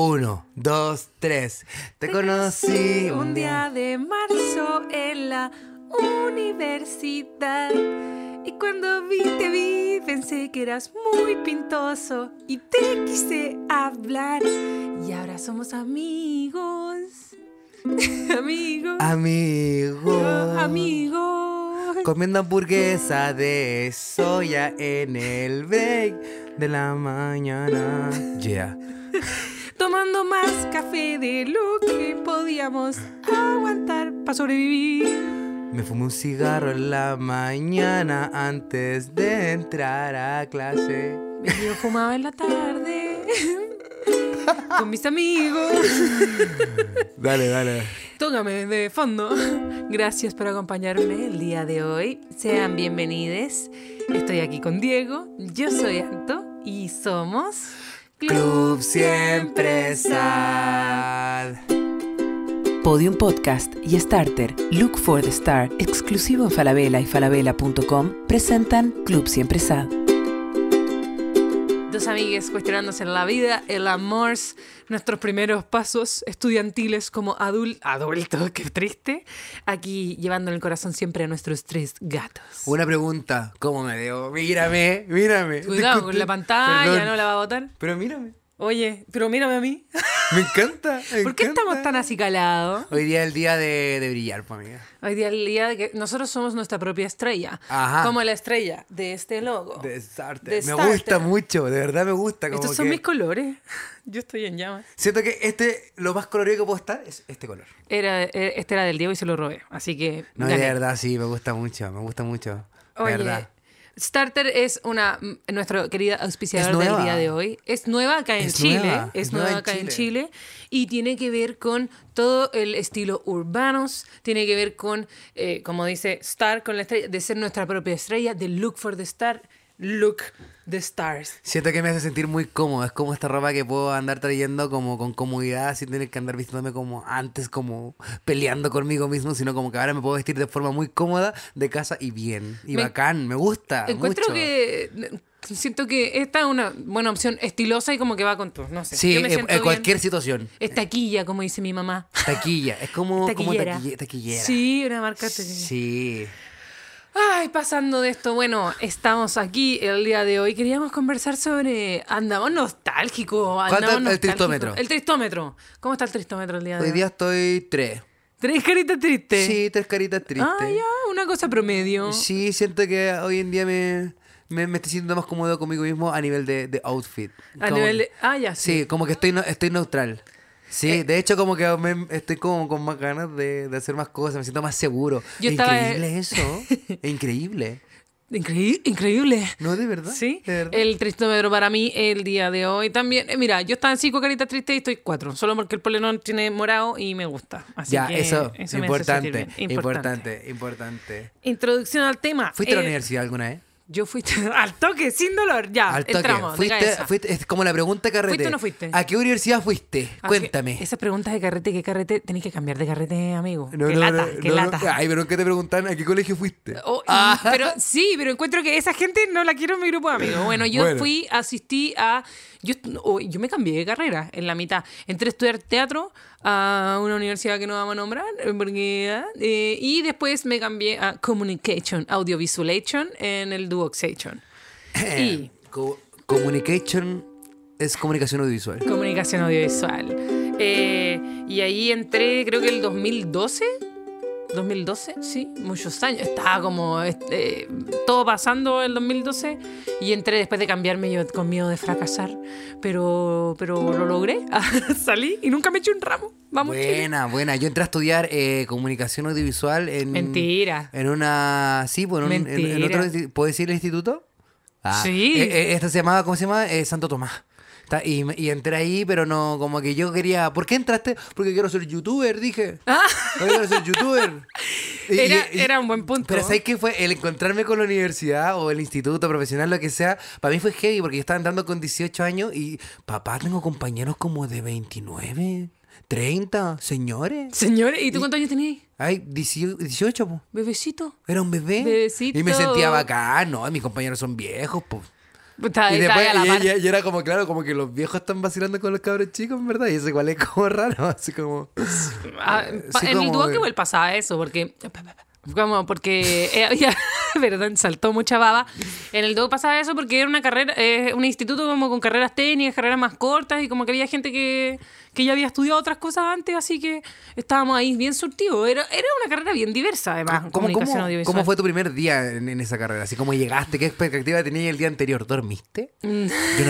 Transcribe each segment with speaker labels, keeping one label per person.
Speaker 1: Uno, dos, tres. Te conocí
Speaker 2: un día de marzo en la universidad. Y cuando vi, te vi, pensé que eras muy pintoso y te quise hablar. Y ahora somos amigos. amigos.
Speaker 1: Amigo.
Speaker 2: amigos.
Speaker 1: Comiendo hamburguesa de soya en el break de la mañana. Yeah.
Speaker 2: Tomando más café de lo que podíamos aguantar para sobrevivir.
Speaker 1: Me fumé un cigarro en la mañana antes de entrar a clase.
Speaker 2: Yo fumaba en la tarde. Con mis amigos.
Speaker 1: Dale, dale.
Speaker 2: Tócame de fondo. Gracias por acompañarme el día de hoy. Sean bienvenidos. Estoy aquí con Diego. Yo soy Anto y somos
Speaker 1: Club siempre sad.
Speaker 3: Podium Podcast y Starter, Look for the Star, exclusivo en Falabella y falabella.com, presentan Club Siempre Sad.
Speaker 2: Dos amigues cuestionándose la vida, el amor, nuestros primeros pasos estudiantiles como adul adultos, qué triste. Aquí llevando en el corazón siempre a nuestros tres gatos.
Speaker 1: Una pregunta. ¿Cómo me veo? Mírame, mírame.
Speaker 2: Cuidado con la pantalla,
Speaker 1: Perdón.
Speaker 2: no la va a botar.
Speaker 1: Pero mírame.
Speaker 2: Oye, pero mírame a mí.
Speaker 1: Me encanta. me
Speaker 2: ¿Por qué estamos
Speaker 1: encanta.
Speaker 2: tan acicalados?
Speaker 1: Hoy día es el día de, de brillar, pues, amiga.
Speaker 2: Hoy día el día de que nosotros somos nuestra propia estrella.
Speaker 1: Ajá.
Speaker 2: Como la estrella de este logo.
Speaker 1: De Starter.
Speaker 2: De
Speaker 1: me
Speaker 2: Starter.
Speaker 1: gusta mucho, de verdad me gusta. Como
Speaker 2: Estos son
Speaker 1: que-
Speaker 2: mis colores. Yo estoy en llamas.
Speaker 1: Siento que este, lo más colorido que puedo estar es este color.
Speaker 2: Era, eh, este era del Diego y se lo robé. Así que.
Speaker 1: No, de
Speaker 2: gané.
Speaker 1: verdad, sí, me gusta mucho, me gusta mucho. De
Speaker 2: Oye,
Speaker 1: verdad.
Speaker 2: Starter es una mm, nuestra querida
Speaker 1: Es
Speaker 2: auspiciadora
Speaker 1: nueva.
Speaker 2: del día de hoy. Es nueva acá en
Speaker 1: Es
Speaker 2: Chile.
Speaker 1: nueva,
Speaker 2: Es nueva, acá en Chile. Y tiene que ver con todo el estilo urbanos. Tiene que ver con, eh, como dice Star, con la estrella, de ser nuestra propia estrella, de look for the star, look the stars.
Speaker 1: Siento que me hace sentir muy cómodo. Es como esta ropa que puedo andar trayendo como con comodidad sin tener que andar vistiéndome como antes, como peleando conmigo mismo, sino como que ahora me puedo vestir de forma muy cómoda de casa y bien. Y
Speaker 2: Me-
Speaker 1: bacán, me gusta.
Speaker 2: Encuentro
Speaker 1: mucho.
Speaker 2: que siento que esta es una buena opción estilosa y como que va con todo. No sé.
Speaker 1: Sí,
Speaker 2: yo me
Speaker 1: en-
Speaker 2: siento
Speaker 1: en
Speaker 2: bien.
Speaker 1: cualquier situación.
Speaker 2: Es taquilla, como dice mi mamá.
Speaker 1: Taquilla, es Oh, como taquillera. Como
Speaker 2: Taquillera.
Speaker 1: taquille- taquillera.
Speaker 2: Sí, una marca taquillera.
Speaker 1: Sí.
Speaker 2: Ay, pasando de esto, bueno, estamos aquí el día de hoy. Queríamos conversar sobre. Andamos nostálgico.
Speaker 1: ¿Cuánto
Speaker 2: andamos
Speaker 1: el
Speaker 2: nostálgico.
Speaker 1: tristómetro?
Speaker 2: El tristómetro. ¿Cómo está el tristómetro el día de
Speaker 1: Hoy
Speaker 2: hoy?
Speaker 1: día estoy tres.
Speaker 2: Tres caritas tristes.
Speaker 1: Sí, tres caritas tristes.
Speaker 2: Ah, ya, una cosa promedio.
Speaker 1: Sí, siento que hoy en día me, me, me estoy sintiendo más cómodo conmigo mismo a nivel de, de outfit.
Speaker 2: A
Speaker 1: Como-
Speaker 2: nivel de- Eh, ah, ya, sí.
Speaker 1: Sí, como que estoy, no- estoy neutral. Sí, de hecho como que me- estoy como con más ganas de, de hacer más cosas, me siento más seguro.
Speaker 2: Yo estaba-
Speaker 1: increíble eso, increíble.
Speaker 2: Increí- increíble.
Speaker 1: No, de verdad.
Speaker 2: Sí, Eh,
Speaker 1: de verdad.
Speaker 2: el tristómetro para mí el día de hoy también. eh, mira, yo estaba en cinco caritas tristes y estoy cuatro, solo porque el polenón tiene morado y me gusta. Así
Speaker 1: ya,
Speaker 2: que
Speaker 1: eso,
Speaker 2: me hace
Speaker 1: importante,
Speaker 2: sentir bien.
Speaker 1: importante, importante,
Speaker 2: Introducción al tema.
Speaker 1: ¿Fuiste a la
Speaker 2: Eh,
Speaker 1: universidad alguna vez?
Speaker 2: Yo fui al toque, sin dolor, ya.
Speaker 1: Al toque.
Speaker 2: Ah, Entramos, de
Speaker 1: fuiste,
Speaker 2: cabeza.
Speaker 1: fuiste- es como la pregunta carrete.
Speaker 2: ¿Fuiste o no fuiste?
Speaker 1: ¿A qué universidad fuiste?
Speaker 2: Ah,
Speaker 1: Cuéntame.
Speaker 2: que Esas preguntas de carrete, ¿qué carrete? Tenés que cambiar de carrete, amigo.
Speaker 1: No,
Speaker 2: qué
Speaker 1: no,
Speaker 2: lata,
Speaker 1: no,
Speaker 2: qué
Speaker 1: no, no.
Speaker 2: lata.
Speaker 1: Ay, pero ¿qué te preguntan? ¿A qué colegio fuiste?
Speaker 2: Oh, y-
Speaker 1: Ah,
Speaker 2: Pero sí, pero encuentro que esa gente no la quiero en mi grupo de amigos. Bueno, yo
Speaker 1: Bueno.
Speaker 2: fui, asistí a. Yo, est- oh, yo me cambié de carrera en la mitad. Entré a estudiar teatro a una universidad que no vamos a nombrar, eh, porque, ah, eh, y después me cambié a Communication, Audiovisualation en el Duoxation. y-
Speaker 1: Co- communication es comunicación audiovisual.
Speaker 2: Comunicación audiovisual. Eh, y ahí entré, creo que el 2012. 2012, sí, muchos años. Estaba como este, eh, todo pasando el 2012 y entré después de cambiarme yo con miedo de fracasar, pero, pero lo logré. Salí y nunca me eché un ramo. Vamos. Chile.
Speaker 1: Buena, buena. Yo entré a estudiar eh, comunicación audiovisual en.
Speaker 2: Mentira.
Speaker 1: En una. Sí, bueno, en, en- en otro.
Speaker 2: Mentira.
Speaker 1: insti- ¿Puedo decir el instituto?
Speaker 2: Sí.
Speaker 1: eh, eh, esta se llamaba, ¿cómo se llama? Eh, Santo Tomás. Ta- Y, me- y entré ahí, pero no, como que yo quería. ¿Por qué entraste? Porque quiero ser youtuber, dije.
Speaker 2: Ah.
Speaker 1: Porque quiero ser youtuber. Y-
Speaker 2: Era,
Speaker 1: y- y-
Speaker 2: era un buen punto.
Speaker 1: Pero ¿sabes qué fue? El encontrarme con la universidad o el instituto profesional, lo que sea, para mí fue heavy porque yo estaba andando con 18 años y, papá, tengo compañeros como de 29, 30, señores.
Speaker 2: Señores, ¿y tú cuántos años tenías?
Speaker 1: Ay, 18, 18, po.
Speaker 2: Bebecito.
Speaker 1: Era un bebé.
Speaker 2: Bebecito.
Speaker 1: Y me sentía bacán, no, mis compañeros son viejos, po.
Speaker 2: Está,
Speaker 1: Y
Speaker 2: está
Speaker 1: después,
Speaker 2: ahí a la
Speaker 1: y-
Speaker 2: par.
Speaker 1: y- y era como, claro, como que los viejos están vacilando con los cabros chicos, en verdad. Y eso igual es como raro, así como...
Speaker 2: Ah, pa-
Speaker 1: sí,
Speaker 2: en el
Speaker 1: como
Speaker 2: Duoque
Speaker 1: de-
Speaker 2: igual pasaba eso, porque. Como porque. eh, había- perdón, saltó mucha baba. En el Duoque pasaba eso porque era una carrera, eh, un instituto como con carreras técnicas, carreras más cortas, y como que había gente que, que ya había estudiado otras cosas antes, así que estábamos ahí bien surtidos. Era, era una carrera bien diversa, además.
Speaker 1: Ah, ¿Cómo,
Speaker 2: comunicación
Speaker 1: cómo-
Speaker 2: audiovisual.
Speaker 1: cómo fue tu primer día en, en esa carrera? Así como llegaste, ¿qué expectativa tenías el día anterior? ¿Dormiste? Yo no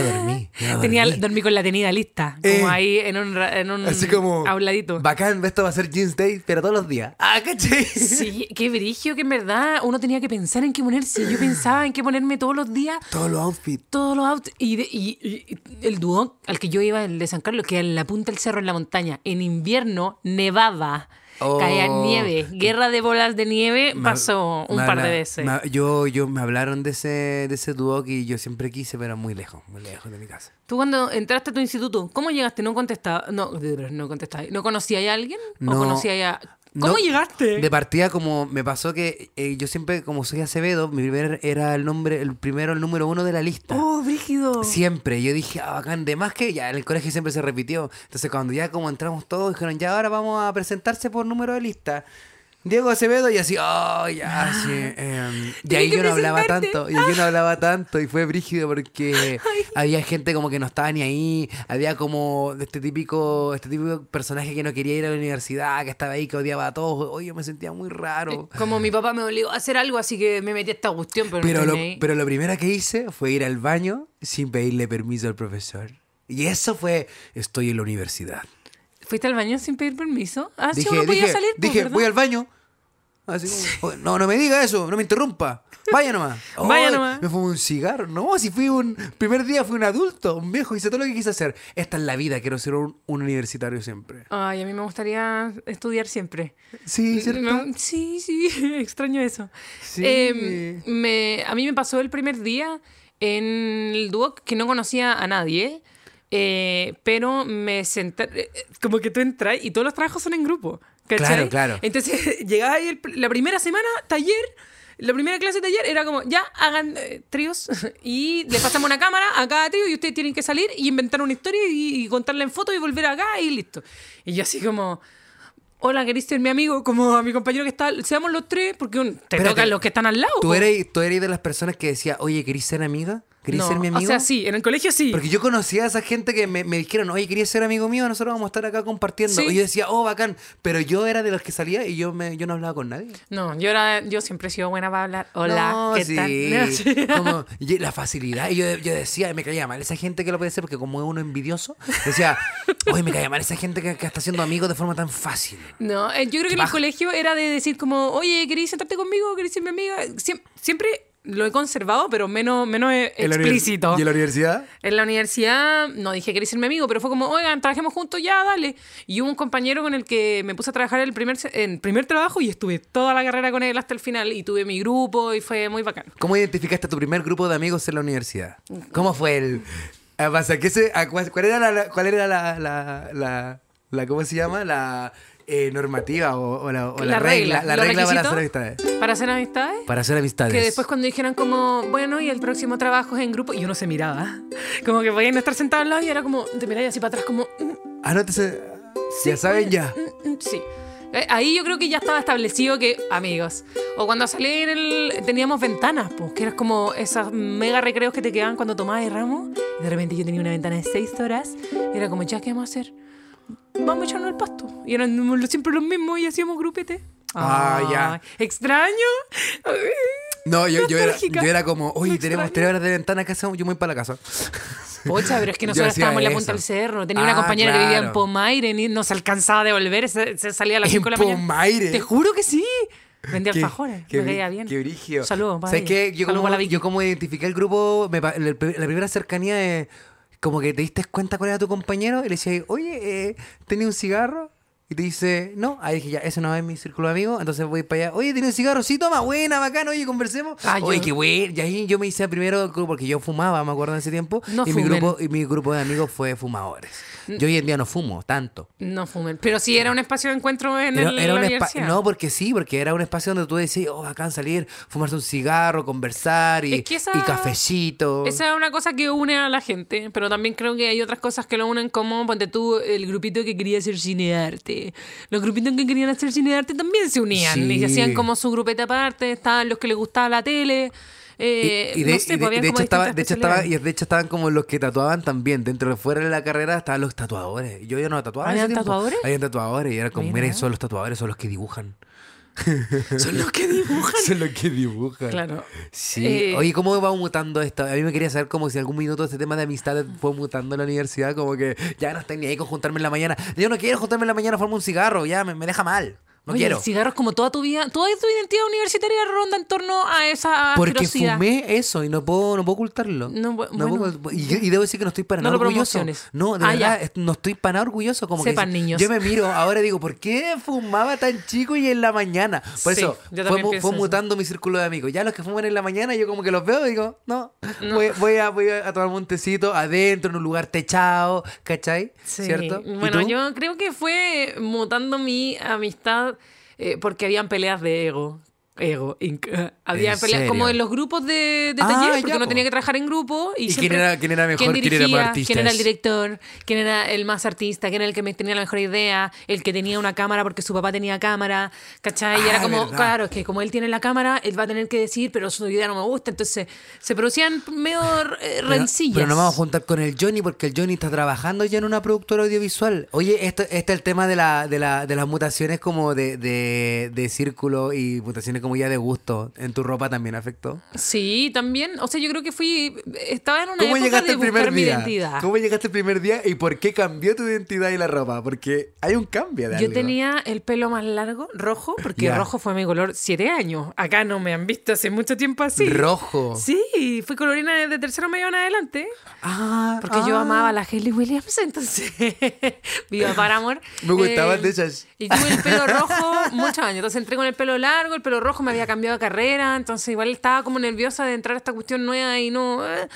Speaker 1: dormí. yo no
Speaker 2: Mm. Tenía,
Speaker 1: dormí.
Speaker 2: dormí con la tenida lista,
Speaker 1: Eh.
Speaker 2: como ahí en un, ra- en un
Speaker 1: Así como...
Speaker 2: auladito.
Speaker 1: Bacán, esto va a ser Jeans Day, pero todos los días. Ah, caché.
Speaker 2: Sí, qué brigio que en verdad uno tenía que pensar en qué ponerse. Yo pensaba en qué ponerme todos los días,
Speaker 1: Todos los outfits.
Speaker 2: todos los outfits. Y, de- y- y el dúo al que yo iba, el de San Carlos, que era en la punta del cerro, en la montaña. En invierno nevaba,
Speaker 1: Oh.
Speaker 2: caía nieve, guerra de bolas de nieve
Speaker 1: Me-
Speaker 2: pasó un
Speaker 1: me
Speaker 2: par de
Speaker 1: habla-
Speaker 2: veces.
Speaker 1: me- yo, yo me hablaron de ese, de ese Duoc y yo siempre quise, pero muy lejos, muy lejos de mi casa.
Speaker 2: Tú cuando entraste a tu instituto, ¿cómo llegaste? ¿No contestaba? No, no contestaba. ¿No conocías a alguien? ¿O
Speaker 1: No.
Speaker 2: conocías a... ¿Cómo
Speaker 1: No,
Speaker 2: llegaste?
Speaker 1: De partida, como me pasó que eh, yo siempre, como soy Acevedo, mi primer era el nombre, el primero, el número uno de la lista.
Speaker 2: Oh, brígido.
Speaker 1: Siempre, yo dije, ah, bacán, de más que ya en el colegio siempre se repitió. Entonces, cuando ya como entramos todos, dijeron, ya ahora vamos a presentarse por número de lista. Diego Acevedo y así, oh, ya, sí. em, y
Speaker 2: Tenía
Speaker 1: ahí
Speaker 2: Ah. que
Speaker 1: yo no hablaba
Speaker 2: presentarte.
Speaker 1: tanto, y yo no hablaba tanto, y fue brígido porque había gente como que no estaba ni ahí, había como este típico, este típico personaje que no quería ir a la universidad, que estaba ahí, que odiaba a todos, oye, yo me sentía muy raro.
Speaker 2: Como mi papá me obligó a hacer algo, así que me metí a esta cuestión, pero,
Speaker 1: Pero
Speaker 2: no
Speaker 1: lo,
Speaker 2: entendí.
Speaker 1: pero lo primero que hice fue ir al baño sin pedirle permiso al profesor. Y eso fue, estoy en la universidad.
Speaker 2: ¿Fuiste al baño sin pedir permiso? Ah, sí, uno podía
Speaker 1: dije,
Speaker 2: salir. pues,
Speaker 1: dije,
Speaker 2: ¿verdad?
Speaker 1: voy al baño. Así como, "Oye, no, no me diga eso, no me interrumpa. Vaya nomás.
Speaker 2: Vaya
Speaker 1: Ay,
Speaker 2: nomás.
Speaker 1: Me fumé un cigarro. No, si fui un. Primer día fui un adulto, un viejo, hice todo lo que quise hacer. Esta es la vida, quiero ser un, un universitario siempre.
Speaker 2: Ay, a mí me gustaría estudiar siempre.
Speaker 1: Sí, ¿cierto?
Speaker 2: Me- Sí, sí, extraño eso.
Speaker 1: Sí.
Speaker 2: Eh, me- a mí me pasó el primer día en el Duoc que no conocía a nadie, eh, pero me senté, eh, como que tú entras y todos los trabajos son en grupo. ¿cachai?
Speaker 1: Claro, claro.
Speaker 2: Entonces llegaba ahí el pr- la primera semana, taller. La primera clase de taller era como, ya hagan eh, tríos y le pasamos una cámara a cada trío y ustedes tienen que salir y inventar una historia y, y contarla en foto y volver acá y listo. Y yo así como, Hola, ¿querés ser mi amigo? Como a mi compañero que está. Seamos los tres, porque un- te
Speaker 1: Espérate,
Speaker 2: tocan los que están al lado.
Speaker 1: ¿Tú
Speaker 2: po.
Speaker 1: eres, ¿Tú eres de las personas que decía, oye, ¿querís ser amiga? ¿Querís
Speaker 2: No,
Speaker 1: ser mi amigo?
Speaker 2: O sea, sí, en el colegio sí.
Speaker 1: Porque yo conocía a esa gente que me, me dijeron, oye, quería ser amigo mío, nosotros vamos a estar acá compartiendo.
Speaker 2: Sí.
Speaker 1: Y yo decía, oh, bacán. Pero yo era de los que salía y yo, me, yo no hablaba con nadie.
Speaker 2: No, yo, era, yo siempre he sido buena para hablar. Hola,
Speaker 1: No,
Speaker 2: ¿qué
Speaker 1: sí.
Speaker 2: tal? No, sí.
Speaker 1: Como, y la facilidad. Y yo, yo decía, me caía mal esa gente que lo puede hacer porque como es uno envidioso, decía, oye, me caía mal esa gente que, que está siendo amigo de forma tan fácil.
Speaker 2: No, eh, yo creo que en el
Speaker 1: baja.
Speaker 2: colegio era de decir como, oye, ¿querés sentarte conmigo? ¿Querés ser mi amiga? Siem- siempre lo he conservado, pero menos, menos eh, explícito.
Speaker 1: la universidad?
Speaker 2: En la universidad no dije quería ser mi amigo, pero fue como, oigan, trabajemos juntos, ya, dale. Y hubo un compañero con el que me puse a trabajar el primer, se- en primer trabajo y estuve toda la carrera con él hasta el final y tuve mi grupo y fue muy bacán.
Speaker 1: ¿Cómo identificaste a tu primer grupo de amigos en la universidad? ¿Cómo fue el...? a base a qué se- a cua- ¿Cuál era la- la... cuál era la, la, la- la- ¿Cómo se llama? La eh, normativa o, o la, o la regla. La
Speaker 2: los
Speaker 1: regla para hacer
Speaker 2: requisitos
Speaker 1: amistades.
Speaker 2: Para hacer amistades.
Speaker 1: Para hacer amistades.
Speaker 2: Que después cuando dijeran como, bueno, y el próximo trabajo es en grupo, y uno se miraba. Como que podían estar sentados al lado y era como, te miráis así para atrás como, "Mm,
Speaker 1: Anótese... Ah, ya saben ya.
Speaker 2: Mm, mm, Sí. Eh, Ahí yo creo que ya estaba establecido que amigos. O cuando salí en el. teníamos ventanas, pues, que eran como esos mega recreos que te quedaban cuando tomabas el ramo. Y de repente yo tenía una ventana de seis horas. Y era como, ya, ¿qué vamos a hacer? Vamos a echarnos al pasto. Y eran lo- siempre los mismos y hacíamos grupete.
Speaker 1: Ah, ya.
Speaker 2: Ay, Extraño.
Speaker 1: No, yo, yo, era,
Speaker 2: mm, Nostálgica.
Speaker 1: yo era como, oye,
Speaker 2: Me
Speaker 1: tenemos
Speaker 2: extraña.
Speaker 1: tres horas de ventana, ¿qué hacemos? Yo me voy para la casa.
Speaker 2: Pocha, pero es que
Speaker 1: Yo
Speaker 2: nosotros
Speaker 1: hacía
Speaker 2: estábamos en la
Speaker 1: eso.
Speaker 2: punta del cerro. Tenía
Speaker 1: Ah,
Speaker 2: una compañera que vivía en
Speaker 1: claro.
Speaker 2: Pomaire y no se alcanzaba de volver. Se, se salía a las
Speaker 1: ¿En
Speaker 2: 5 de la mañana.
Speaker 1: Pomaire?
Speaker 2: Te juro que sí. Vendía
Speaker 1: Qué-
Speaker 2: alfajores.
Speaker 1: qué
Speaker 2: me
Speaker 1: bri-
Speaker 2: caía bien.
Speaker 1: Qué brigio.
Speaker 2: Saludos, para
Speaker 1: ¿Sabes qué?
Speaker 2: ella.
Speaker 1: Yo
Speaker 2: Saludos
Speaker 1: como,
Speaker 2: para la Vicky.
Speaker 1: yo como identifiqué el grupo, me pa- la, la primera cercanía es como que te diste cuenta cuál era tu compañero y le decías, oye, eh, ¿tenía eh, un cigarro? y te dice, no, ahí dije, ya, ese no es mi círculo de amigos, entonces voy para allá, oye, tiene un cigarro, sí, toma, buena, bacán, oye, conversemos.
Speaker 2: Ah,
Speaker 1: oye,
Speaker 2: yo-
Speaker 1: qué bueno. Y ahí yo me hice primero, porque yo fumaba, me acuerdo en ese tiempo,
Speaker 2: No
Speaker 1: y, mi
Speaker 2: fumen.
Speaker 1: grupo, y mi grupo de amigos fue fumadores. Yo hoy en día no fumo tanto.
Speaker 2: No fumen. Pero sí era un espacio de encuentro en
Speaker 1: Era,
Speaker 2: el,
Speaker 1: era
Speaker 2: la
Speaker 1: un espa-
Speaker 2: universidad.
Speaker 1: no, porque sí, porque era un espacio donde tú decías, oh, acá salir, fumarse un cigarro, conversar y,
Speaker 2: Es que esa-
Speaker 1: y cafecito.
Speaker 2: Esa es una cosa que une a la gente, pero también creo que hay otras cosas que lo unen como, ponte tú, el grupito que quería hacer cinearte. Los grupitos que querían hacer cinearte también se unían
Speaker 1: Sí.
Speaker 2: y hacían como su grupeta aparte, estaban los que les gustaba la tele. eh,
Speaker 1: y, y de,
Speaker 2: no sé,
Speaker 1: y de-
Speaker 2: pues, habían
Speaker 1: y de
Speaker 2: como
Speaker 1: hecho estaba,
Speaker 2: distintas
Speaker 1: de hecho estaba- y
Speaker 2: especialidades.
Speaker 1: de hecho estaban como los que tatuaban también. Dentro y fuera de la carrera estaban los tatuadores. Yo ya no tatuaba. en ese
Speaker 2: ¿Habían
Speaker 1: tiempo.
Speaker 2: tatuadores?
Speaker 1: Habían tatuadores. Y era como,
Speaker 2: Mira.
Speaker 1: miren, son los tatuadores, son los que dibujan.
Speaker 2: Son los que dibujan.
Speaker 1: son los que dibujan.
Speaker 2: Claro.
Speaker 1: Sí.
Speaker 2: Eh,
Speaker 1: Oye, ¿cómo va mutando esto? A mí me quería saber como si algún minuto este tema de amistades fue mutando en la universidad. Como que ya no estoy ni ahí con juntarme en la mañana. Yo no quiero juntarme en la mañana, formo un cigarro. Ya me, me deja mal. No
Speaker 2: Oye,
Speaker 1: quiero.
Speaker 2: El cigarro es como toda tu vida, toda tu identidad universitaria ronda en torno a esa
Speaker 1: Porque
Speaker 2: asquerosidad.
Speaker 1: fumé eso y no puedo, no puedo ocultarlo.
Speaker 2: No, bu- bueno.
Speaker 1: puedo- y, y debo decir que no estoy para
Speaker 2: No
Speaker 1: nada
Speaker 2: lo
Speaker 1: orgulloso.
Speaker 2: promociones.
Speaker 1: No, de
Speaker 2: Ah,
Speaker 1: verdad,
Speaker 2: ya.
Speaker 1: est- no estoy para nada orgulloso. Como que,
Speaker 2: Sepan,
Speaker 1: si-
Speaker 2: niños.
Speaker 1: Yo me miro ahora y digo, ¿por qué fumaba tan chico y en la mañana? Por
Speaker 2: Sí,
Speaker 1: eso
Speaker 2: yo
Speaker 1: fue,
Speaker 2: también
Speaker 1: mu-
Speaker 2: pienso
Speaker 1: fue
Speaker 2: eso.
Speaker 1: mutando mi círculo de amigos. Ya los que fuman en la mañana, yo como que los veo y digo, no, Voy, voy a, voy a tomar un tecito adentro, en un lugar techado, ¿cachai?
Speaker 2: Sí.
Speaker 1: ¿Cierto? ¿Y
Speaker 2: Bueno,
Speaker 1: tú?
Speaker 2: yo creo que fue mutando mi amistad eh, porque habían peleas de ego. Ego. inc- eh, Había
Speaker 1: ¿En
Speaker 2: peleas como
Speaker 1: serio?
Speaker 2: en los grupos de, de
Speaker 1: Ah,
Speaker 2: taller, porque
Speaker 1: ya,
Speaker 2: uno
Speaker 1: po.
Speaker 2: tenía que trabajar en grupo. ¿Y,
Speaker 1: ¿Y
Speaker 2: siempre-
Speaker 1: quién era- quién era mejor?
Speaker 2: ¿Quién
Speaker 1: ¿Quién era más
Speaker 2: dirigía?
Speaker 1: artistas?
Speaker 2: ¿Quién era el director? ¿Quién era el más artista? ¿Quién era el que me tenía la mejor idea? ¿El que tenía una cámara porque su papá tenía cámara? ¿Cachai? Y era
Speaker 1: Ah,
Speaker 2: como,
Speaker 1: verdad.
Speaker 2: claro, es que como él tiene la cámara, él va a tener que decir, pero su idea no me gusta. Entonces se producían medio eh,
Speaker 1: Pero-
Speaker 2: rencillas.
Speaker 1: Pero, no vamos a juntar con el Johnny porque el Johnny está trabajando ya en una productora audiovisual. Oye, esto, este es el tema de, la, de, la- de las mutaciones como de, de, de círculo y mutaciones como ya de gusto. ¿En tu ropa también afectó?
Speaker 2: Sí, también. O sea, yo creo que fui. Estaba en una
Speaker 1: ¿Cómo
Speaker 2: época
Speaker 1: llegaste
Speaker 2: de
Speaker 1: el primer
Speaker 2: buscar mi
Speaker 1: día?
Speaker 2: identidad.
Speaker 1: ¿Cómo llegaste el primer día y por qué cambió tu identidad y la ropa? Porque hay un cambio de
Speaker 2: Yo
Speaker 1: algo.
Speaker 2: tenía el pelo más largo, rojo, porque
Speaker 1: Ya.
Speaker 2: rojo fue mi color siete años. Acá no me han visto hace mucho tiempo así.
Speaker 1: Rojo.
Speaker 2: Sí, fui colorina desde tercero medio en adelante.
Speaker 1: Ah,
Speaker 2: Porque yo amaba a la Hayley Williams, entonces. Viva para amor. Eh,
Speaker 1: Me gustaban de esas.
Speaker 2: Y tuve el pelo rojo muchos años. Entonces entré con el pelo largo, el pelo rojo me había cambiado de carrera. Entonces igual estaba como nerviosa de entrar a esta cuestión nueva y no. eh.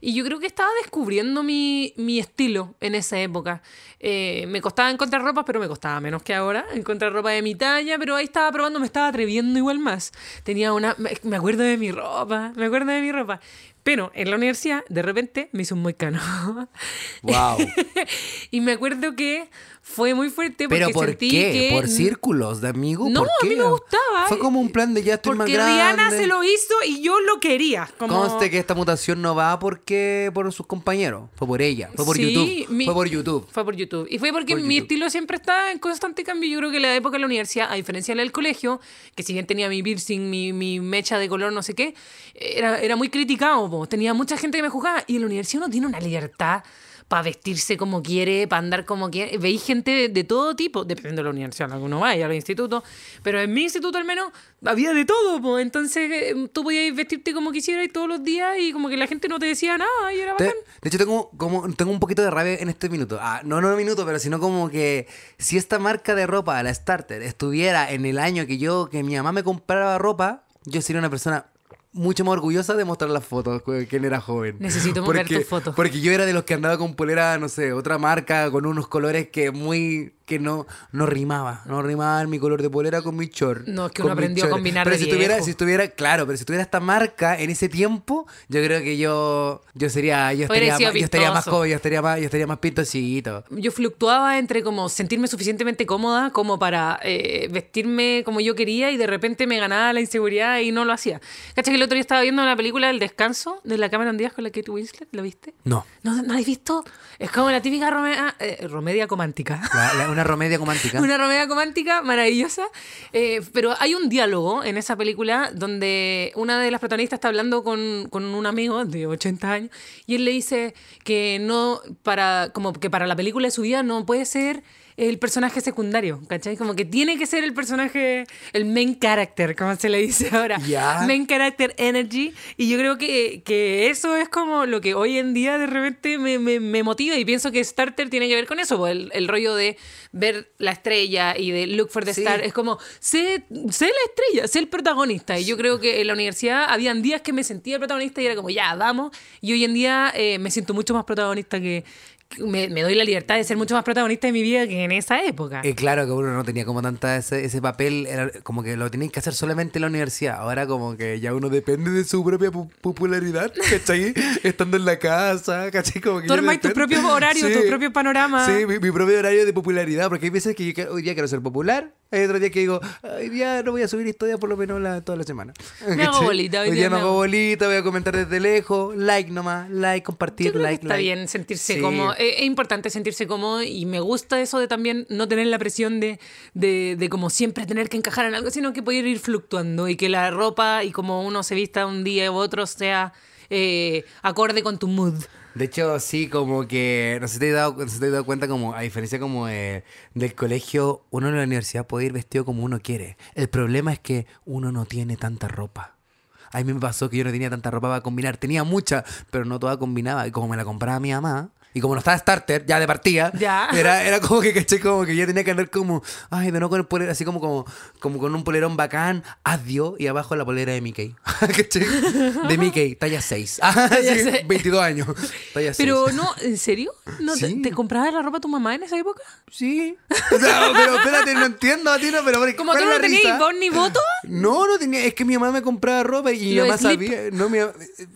Speaker 2: Y yo creo que estaba descubriendo mi, mi estilo en esa época. Eh, me costaba encontrar ropa, pero me costaba menos que ahora. Encontrar ropa de mi talla, pero ahí estaba probando, me estaba atreviendo igual más. Tenía una. Me me acuerdo de mi ropa, me acuerdo de mi ropa. Pero en la universidad, de repente, me hizo un moicano.
Speaker 1: Wow.
Speaker 2: y me acuerdo que fue muy fuerte porque
Speaker 1: ¿Pero por
Speaker 2: sentí
Speaker 1: qué?
Speaker 2: que
Speaker 1: ¿Por círculos de amigos?
Speaker 2: No,
Speaker 1: ¿Por
Speaker 2: a mí
Speaker 1: qué?
Speaker 2: me gustaba.
Speaker 1: Fue como un plan de ya estoy
Speaker 2: porque
Speaker 1: más grande.
Speaker 2: Rihanna se lo hizo y yo lo quería. Como...
Speaker 1: Conste que esta mutación no va porque por sus compañeros, fue por ella, fue por
Speaker 2: Sí,
Speaker 1: YouTube,
Speaker 2: mi-
Speaker 1: fue por YouTube.
Speaker 2: Fue por YouTube. Y fue porque
Speaker 1: Por
Speaker 2: mi
Speaker 1: YouTube.
Speaker 2: estilo siempre está en constante cambio. Yo creo que la época de la universidad, a diferencia de la del colegio, que si bien tenía mi piercing, mi, mi mecha de color, no sé qué, era, era muy criticado. po. Tenía mucha gente que me juzgaba. Y en la universidad uno tiene una libertad para vestirse como quiere, para andar como quiere. Veis gente de, de todo tipo, dependiendo de la universidad, en la que uno vaya, a los institutos. Pero en mi instituto al menos había de todo. po. Entonces eh, tú podías vestirte como quisieras y todos los días y como que la gente no te decía nada y era
Speaker 1: Te-
Speaker 2: bacán.
Speaker 1: de hecho, tengo, como, tengo un poquito de rabia en este minuto. Ah, no, no minuto, pero sino como que si esta marca de ropa, la Starter, estuviera en el año que yo, que mi mamá me compraba ropa, yo sería una persona mucho más orgullosa de mostrar las fotos cu- que él era joven.
Speaker 2: Necesito ver
Speaker 1: porque,
Speaker 2: tus fotos.
Speaker 1: Porque yo era de los que andaba con polera, no sé, otra marca, con unos colores que muy que no, no rimaba. No rimaba mi color de polera con mi short.
Speaker 2: No, es que
Speaker 1: con
Speaker 2: uno
Speaker 1: mi
Speaker 2: aprendió a
Speaker 1: short.
Speaker 2: combinar
Speaker 1: Pero
Speaker 2: de
Speaker 1: si tuviera,
Speaker 2: viejo.
Speaker 1: si tuviera, claro, pero si tuviera esta marca en ese tiempo, yo creo que yo, yo sería, yo
Speaker 2: Hubiera
Speaker 1: estaría,
Speaker 2: sido
Speaker 1: más- yo estaría más
Speaker 2: vistoso.
Speaker 1: joven, yo estaría más, yo estaría más pintosito.
Speaker 2: yo fluctuaba entre como sentirme suficientemente cómoda como para eh, vestirme como yo quería y de repente me ganaba la inseguridad y no lo hacía. ¿Cachai que el otro día estaba viendo la película El Descanso de la Cameron Díaz con la Kate Winslet? ¿La viste?
Speaker 1: No.
Speaker 2: ¿No, no la has visto? Es como la típica romea- eh, romedia comántica.
Speaker 1: La- la- una romedia romántica.
Speaker 2: Una romedia comántica maravillosa. Eh, pero hay un diálogo en esa película donde una de las protagonistas está hablando con, con un amigo de 80 años y él le dice que no, para, como que para la película de su vida no puede ser el personaje secundario, ¿cachai? Como que tiene que ser el personaje, el main character, como se le dice ahora.
Speaker 1: Ya.
Speaker 2: Main character energy. Y yo creo que, que eso es como lo que hoy en día de repente me, me- me motiva y pienso que Starter tiene que ver con eso, po, el, el rollo de ver la estrella y de look for the
Speaker 1: Sí.
Speaker 2: star. Es como, sé, sé la estrella, sé el protagonista. Y yo creo que en la universidad habían días que me sentía el protagonista y era como, ya, vamos. Y hoy en día eh, me siento mucho más protagonista que... que Me, me doy la libertad de ser mucho más protagonista de mi vida que en esa época.
Speaker 1: Eh, claro que uno no tenía como tanta ese, ese papel, era como que lo tenían que hacer solamente en la universidad. Ahora como que ya uno depende de su propia pu- popularidad, ¿cachai? Estando en la casa, ¿cachai? Como que
Speaker 2: Tú
Speaker 1: yo
Speaker 2: armas tu
Speaker 1: dependo-
Speaker 2: propio horario, tu propio panorama.
Speaker 1: Sí, mi, mi propio horario de popularidad, porque hay veces que yo quiero- hoy día quiero ser popular, hay otro día que digo, hoy día no voy a subir historia por lo menos la- toda la semana.
Speaker 2: Me hago
Speaker 1: ¿cachai?
Speaker 2: bolita, hoy
Speaker 1: hoy,
Speaker 2: día
Speaker 1: día me
Speaker 2: me
Speaker 1: hago
Speaker 2: hago-
Speaker 1: bolita, voy a comentar desde lejos, like nomás, like, compartir,
Speaker 2: Yo creo que
Speaker 1: like,
Speaker 2: está
Speaker 1: like.
Speaker 2: bien sentirse
Speaker 1: Sí.
Speaker 2: cómodo. Es, es importante sentirse cómodo y me gusta eso de también no tener la presión de, de, de como siempre tener que encajar en algo, sino que poder ir fluctuando y que la ropa y como uno se vista un día u otro sea eh, acorde con tu mood.
Speaker 1: De hecho, sí, como que no sé si te has dado, no sé si te has dado cuenta, como a diferencia como eh, del colegio, uno en la universidad puede ir vestido como uno quiere. El problema es que uno no tiene tanta ropa. A mí me pasó que yo no tenía tanta ropa para combinar. Tenía mucha, pero no toda combinaba. Y como me la compraba mi mamá, y como no estaba starter, ya de partida,
Speaker 2: Ya.
Speaker 1: Era, era como que, caché, como que yo tenía que andar como, ay, de no con el polero, así como, como, como con un polerón bacán, adiós, y abajo la polera de Mickey. ¿Caché? De Mickey, talla 6.
Speaker 2: Talla seis.
Speaker 1: 22 años. Talla
Speaker 2: Pero
Speaker 1: seis.
Speaker 2: no, ¿en serio? ¿No te-
Speaker 1: Sí.
Speaker 2: ¿Te, comprabas la ropa tu mamá en esa época?
Speaker 1: Sí. O sea, pero espérate, no entiendo, Tino, pero ¿por-
Speaker 2: Como
Speaker 1: cuál
Speaker 2: tú
Speaker 1: es
Speaker 2: no
Speaker 1: la
Speaker 2: tenías
Speaker 1: risa?
Speaker 2: voz ni voto.
Speaker 1: No, no tenía. Es que mi mamá me compraba ropa y mi
Speaker 2: Los
Speaker 1: mamá
Speaker 2: slip.
Speaker 1: sabía. No, mi mamá- eh,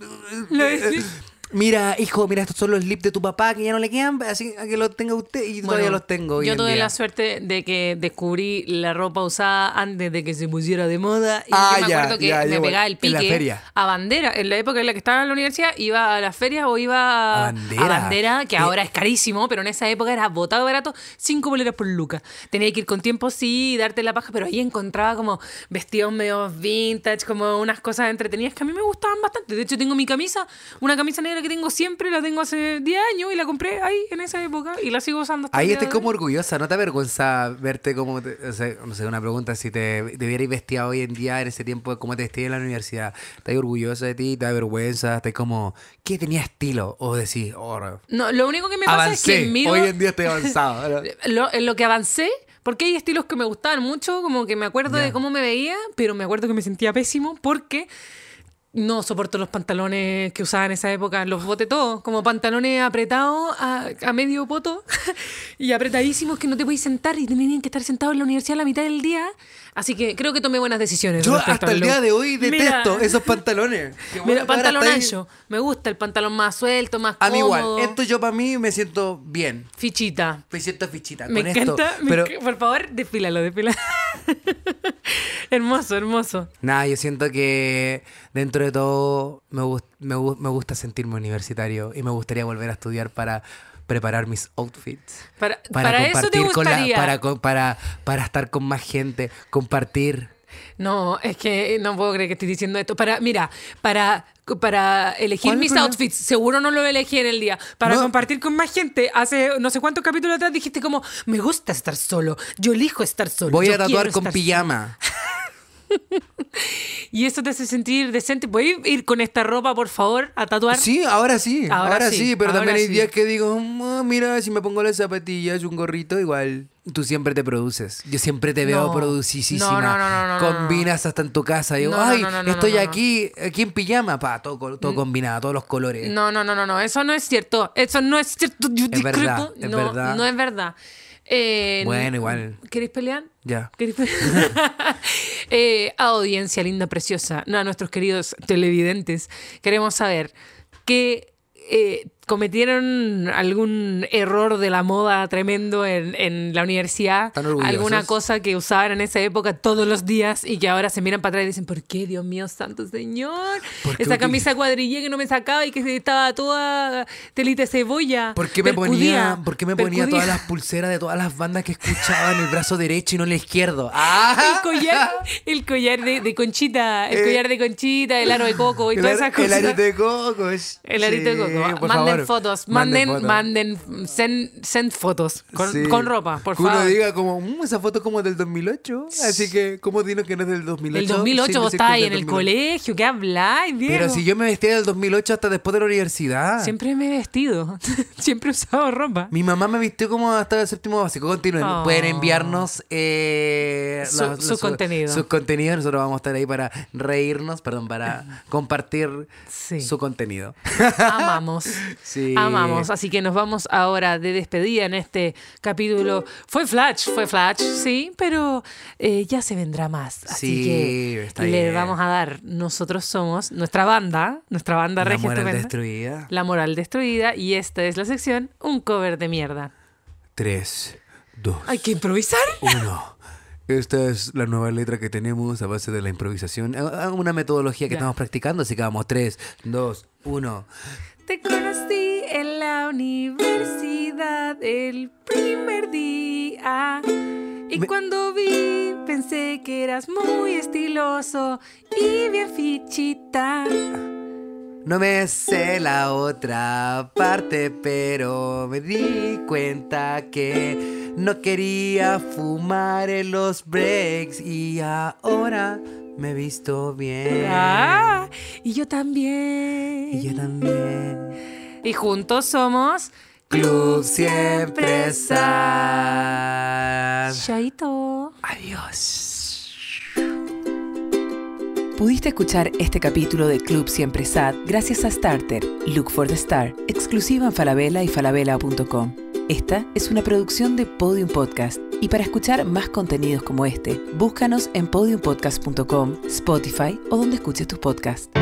Speaker 2: Los slip.
Speaker 1: Mira, hijo, mira, estos son los slips de tu papá que ya no le quedan, así que los tenga usted y yo todavía
Speaker 2: Bueno,
Speaker 1: los tengo. hoy
Speaker 2: Yo
Speaker 1: en
Speaker 2: tuve
Speaker 1: día.
Speaker 2: la suerte de que descubrí la ropa usada antes de que se pusiera de moda. Y
Speaker 1: Ah,
Speaker 2: yo me
Speaker 1: ya,
Speaker 2: acuerdo que
Speaker 1: ya,
Speaker 2: me
Speaker 1: yo voy.
Speaker 2: pegaba el pique
Speaker 1: En la feria.
Speaker 2: a bandera. En la época en la que estaba en la universidad, iba a las ferias o iba
Speaker 1: A bandera.
Speaker 2: bandera, que
Speaker 1: Eh.
Speaker 2: ahora es carísimo, pero en esa época era botado barato, cinco boleras por lucas. Tenía que ir con tiempo, sí, y darte la paja, pero ahí encontraba como vestidos medio vintage, como unas cosas entretenidas que a mí me gustaban bastante. De hecho, tengo mi camisa, una camisa negra que tengo siempre, la tengo hace 10 años y la compré ahí en esa época y la sigo usando hasta el
Speaker 1: Ahí
Speaker 2: día
Speaker 1: estás
Speaker 2: de hoy.
Speaker 1: como orgullosa, ¿no te avergüenza verte como, te- o sea, no sé, una pregunta, si te debierais vestir hoy en día en ese tiempo, como te vestías en la universidad, ¿estás orgullosa de ti? ¿Te da vergüenza? ¿Estás como, ¿qué tenía estilo? O decís, oh,
Speaker 2: No, lo único que me pasa
Speaker 1: avancé,
Speaker 2: es que miro
Speaker 1: hoy en día estoy avanzado. ¿no?
Speaker 2: lo, en lo que avancé, porque hay estilos que me gustaban mucho, como que me acuerdo de cómo me veía, pero me acuerdo que me sentía pésimo porque no soporto los pantalones que usaba en esa época, los boté todos, como pantalones apretados a, a medio poto y apretadísimos que no te podías sentar y tenían que estar sentados en la universidad la mitad del día. Así que creo que tomé buenas decisiones.
Speaker 1: Yo
Speaker 2: respecto
Speaker 1: hasta
Speaker 2: al
Speaker 1: el día
Speaker 2: look.
Speaker 1: de hoy
Speaker 2: Mira.
Speaker 1: detesto esos pantalones. Que bueno,
Speaker 2: Mira,
Speaker 1: ahora
Speaker 2: pantalón
Speaker 1: estáis-
Speaker 2: ancho. Me gusta el pantalón más suelto, más
Speaker 1: A mí igual,
Speaker 2: cómodo.
Speaker 1: esto yo para mí me siento bien,
Speaker 2: Fichita.
Speaker 1: me siento fichita
Speaker 2: Me
Speaker 1: con
Speaker 2: encanta.
Speaker 1: esto.
Speaker 2: me
Speaker 1: Pero
Speaker 2: enc- por favor, desfílalo, desfílalo. hermoso, hermoso.
Speaker 1: Nada, yo siento que dentro de todo me, gust- me, gu- me gusta sentirme universitario y me gustaría volver a estudiar para preparar mis outfits.
Speaker 2: Para, para eso te
Speaker 1: compartir con la-
Speaker 2: gustaría.
Speaker 1: para, co- para, para estar con más gente, compartir.
Speaker 2: No, es que no puedo creer que estoy diciendo esto. Para, mira, para, para elegir
Speaker 1: ¿Cuál es el
Speaker 2: mis
Speaker 1: problema?
Speaker 2: outfits, seguro no lo elegí en el día. Para
Speaker 1: No.
Speaker 2: compartir con más gente, hace no sé cuántos capítulos atrás dijiste como, me gusta estar solo, yo elijo estar solo.
Speaker 1: Voy
Speaker 2: yo
Speaker 1: a tatuar
Speaker 2: quiero
Speaker 1: con
Speaker 2: estar
Speaker 1: pijama.
Speaker 2: solo". Y eso te hace sentir decente. ¿Puedes ir con esta ropa, por favor, a tatuar?
Speaker 1: Sí, ahora sí,
Speaker 2: Ahora
Speaker 1: ahora,
Speaker 2: sí,
Speaker 1: sí, pero
Speaker 2: ahora
Speaker 1: también hay
Speaker 2: sí.
Speaker 1: días que digo, "Mm, mira, si me pongo las zapatillas, un gorrito, igual. Tú siempre te produces. Yo siempre te veo
Speaker 2: No.
Speaker 1: producisísima.
Speaker 2: No, no, no, no, no, no, no.
Speaker 1: Combinas hasta en tu casa. Digo,
Speaker 2: No, no,
Speaker 1: ay,
Speaker 2: no, no, no,
Speaker 1: estoy
Speaker 2: no, no.
Speaker 1: aquí, aquí en pijama, pa, todo, co- todo combinado, todos los colores.
Speaker 2: No, no, no, no, no, eso no es cierto. Eso no es cierto. Yo
Speaker 1: Es
Speaker 2: discrepo.
Speaker 1: verdad, es
Speaker 2: no,
Speaker 1: verdad.
Speaker 2: no es verdad. Eh,
Speaker 1: Bueno, igual.
Speaker 2: ¿Queréis pelear?
Speaker 1: Ya.
Speaker 2: ¿Queréis pelear? Eh, audiencia linda, preciosa, no, a nuestros queridos televidentes, queremos saber que eh, cometieron algún error de la moda tremendo en, en la universidad,
Speaker 1: ¿Están orgullosos?
Speaker 2: alguna cosa que usaban en esa época todos los días y que ahora se miran para atrás y dicen, ¿por qué, Dios mío, santo señor?
Speaker 1: ¿Por qué
Speaker 2: Esa
Speaker 1: utili-
Speaker 2: camisa cuadrilla que no me sacaba y que estaba toda telita de cebolla.
Speaker 1: ¿Por qué me ponía,
Speaker 2: percudía,
Speaker 1: por qué me ponía
Speaker 2: percudía.
Speaker 1: todas las pulseras de todas las bandas que escuchaba en el brazo derecho y no en el izquierdo? ¡Ah! Eh,
Speaker 2: El collar, el collar de, de conchita, el collar de conchita, el aro de coco y
Speaker 1: El
Speaker 2: todas
Speaker 1: ar-
Speaker 2: esas cosas.
Speaker 1: El arito de cocos.
Speaker 2: El arito de coco.
Speaker 1: Por
Speaker 2: Mándenos
Speaker 1: favor, Claro,
Speaker 2: fotos,
Speaker 1: manden
Speaker 2: manden,
Speaker 1: fotos.
Speaker 2: manden, send, send fotos con,
Speaker 1: Sí.
Speaker 2: con ropa, por
Speaker 1: que
Speaker 2: favor.
Speaker 1: uno diga como, "Mm, esa foto como del 2008. Así que, ¿cómo dinos que no es del 2008?
Speaker 2: el 2008
Speaker 1: Sí,
Speaker 2: vos
Speaker 1: sí,
Speaker 2: estabas ahí
Speaker 1: del
Speaker 2: en el
Speaker 1: 2008.
Speaker 2: colegio, ¿qué habláis, viejo?
Speaker 1: Pero si yo me vestía del 2008 hasta después de la universidad.
Speaker 2: Siempre me he vestido, siempre he usado ropa.
Speaker 1: Mi mamá me vistió como hasta el séptimo básico. Continúen.
Speaker 2: Oh.
Speaker 1: Pueden enviarnos eh,
Speaker 2: Su- su contenido.
Speaker 1: Sus contenidos. Nosotros vamos a estar ahí para reírnos, perdón, para compartir
Speaker 2: Sí.
Speaker 1: su contenido.
Speaker 2: Amamos.
Speaker 1: Sí. Eh,
Speaker 2: Amamos. Así que nos vamos ahora de despedida en este capítulo.
Speaker 1: Mm.
Speaker 2: Fue Flash, fue Flash, sí, pero eh, ya se vendrá más. Así
Speaker 1: Sí,
Speaker 2: que
Speaker 1: está
Speaker 2: le
Speaker 1: bien.
Speaker 2: vamos a dar. Nosotros somos nuestra banda, nuestra banda
Speaker 1: La
Speaker 2: regia
Speaker 1: moral
Speaker 2: estupenda.
Speaker 1: destruida.
Speaker 2: La moral destruida. Y esta es la sección Un cover de mierda.
Speaker 1: Tres, dos,
Speaker 2: Hay que improvisar.
Speaker 1: uno. Esta es la nueva letra que tenemos a base de la improvisación. A- a Una metodología que
Speaker 2: Ya.
Speaker 1: estamos practicando, así que vamos. Tres, dos, uno.
Speaker 2: Te conocí en la universidad el primer día. Y
Speaker 1: Me-
Speaker 2: cuando vi, pensé que eras muy estiloso y bien fichita.
Speaker 1: Eh. No me sé la otra parte, pero me di cuenta que no quería fumar en los breaks y ahora me he visto bien.
Speaker 2: Ah, y yo también.
Speaker 1: Y yo también.
Speaker 2: Y juntos somos
Speaker 1: Club siempre sad.
Speaker 2: Chaito.
Speaker 1: Adiós.
Speaker 3: Pudiste escuchar este capítulo de Club Siempre Sad gracias a Starter, Look for the Star, exclusiva en Falabella y falabella.com. Esta es una producción de Podium Podcast y para escuchar más contenidos como este, búscanos en podiumpodcast.com, Spotify o donde escuches tus podcasts.